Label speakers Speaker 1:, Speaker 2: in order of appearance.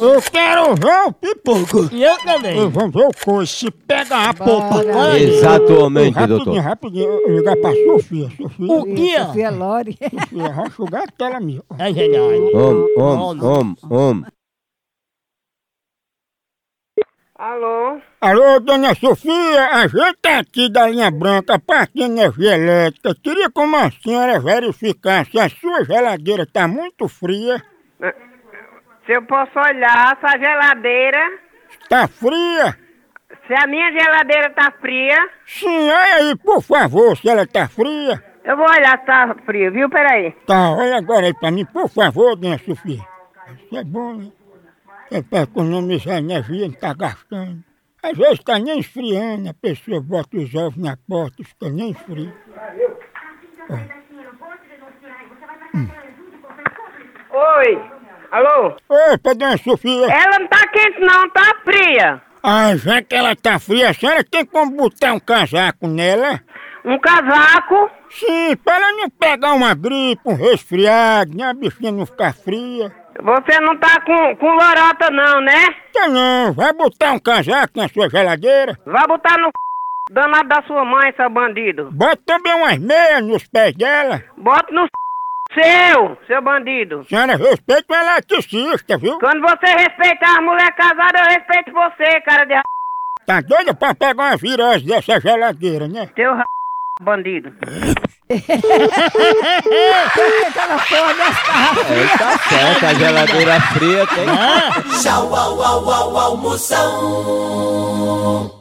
Speaker 1: Eu quero ver o pipoco.
Speaker 2: E eu também.
Speaker 1: Eu Vamos ver o coice se pega a popa.
Speaker 2: Olha aí.
Speaker 3: Exatamente,
Speaker 1: Rapidinho,
Speaker 3: doutor.
Speaker 1: rapidinho. Eu vou ligar pra Sofia. Sofia,
Speaker 2: O que é?
Speaker 4: Sofia Lore.
Speaker 1: Sofia, vai enxugar a tela minha.
Speaker 2: É genial.
Speaker 3: Om, om, om, om.
Speaker 5: Alô?
Speaker 1: Alô, dona Sofia, a gente tá aqui da linha branca, parte de energia elétrica. Queria como a senhora verificar se a sua geladeira tá muito fria.
Speaker 5: Se eu posso olhar essa geladeira,
Speaker 1: Tá fria?
Speaker 5: se a minha geladeira tá fria,
Speaker 1: Sim, olha aí, por favor, se ela tá fria.
Speaker 5: eu vou olhar se tá frio, viu? Peraí.
Speaker 1: Tá, olha agora aí pra mim, por favor, dona Sofia. Isso é bom, né? É pra economizar energia, não tá gastando. Às vezes tá nem esfriando, a pessoa bota os ovos na porta, fica nem frio.
Speaker 5: Oi. Alô?
Speaker 1: Opa, dona Sofia!
Speaker 5: Ela não tá quente não, tá fria.
Speaker 1: Ah, já que ela tá fria, a senhora tem como botar um casaco nela?
Speaker 5: Um casaco.
Speaker 1: Sim, pra ela não pegar uma gripe, um resfriado, nem a bichinha não ficar fria.
Speaker 5: Você não tá com, com lorota não, né?
Speaker 1: Então não, vai botar um casaco na sua geladeira.
Speaker 5: Vai botar no c... danado da sua mãe, seu bandido.
Speaker 1: Bota também umas meias nos pés dela.
Speaker 5: Bota no c... seu, seu bandido.
Speaker 1: A senhora respeita o eletricista, viu?
Speaker 5: Quando você respeitar as mulheres casadas, eu respeito você, cara de r...
Speaker 1: Tá doida pra pegar uma virose dessa geladeira, né?
Speaker 5: teu r... bandido.
Speaker 3: É, tá certo, a é geladeira fria tem.
Speaker 6: Tchau, au, au, au, almoção.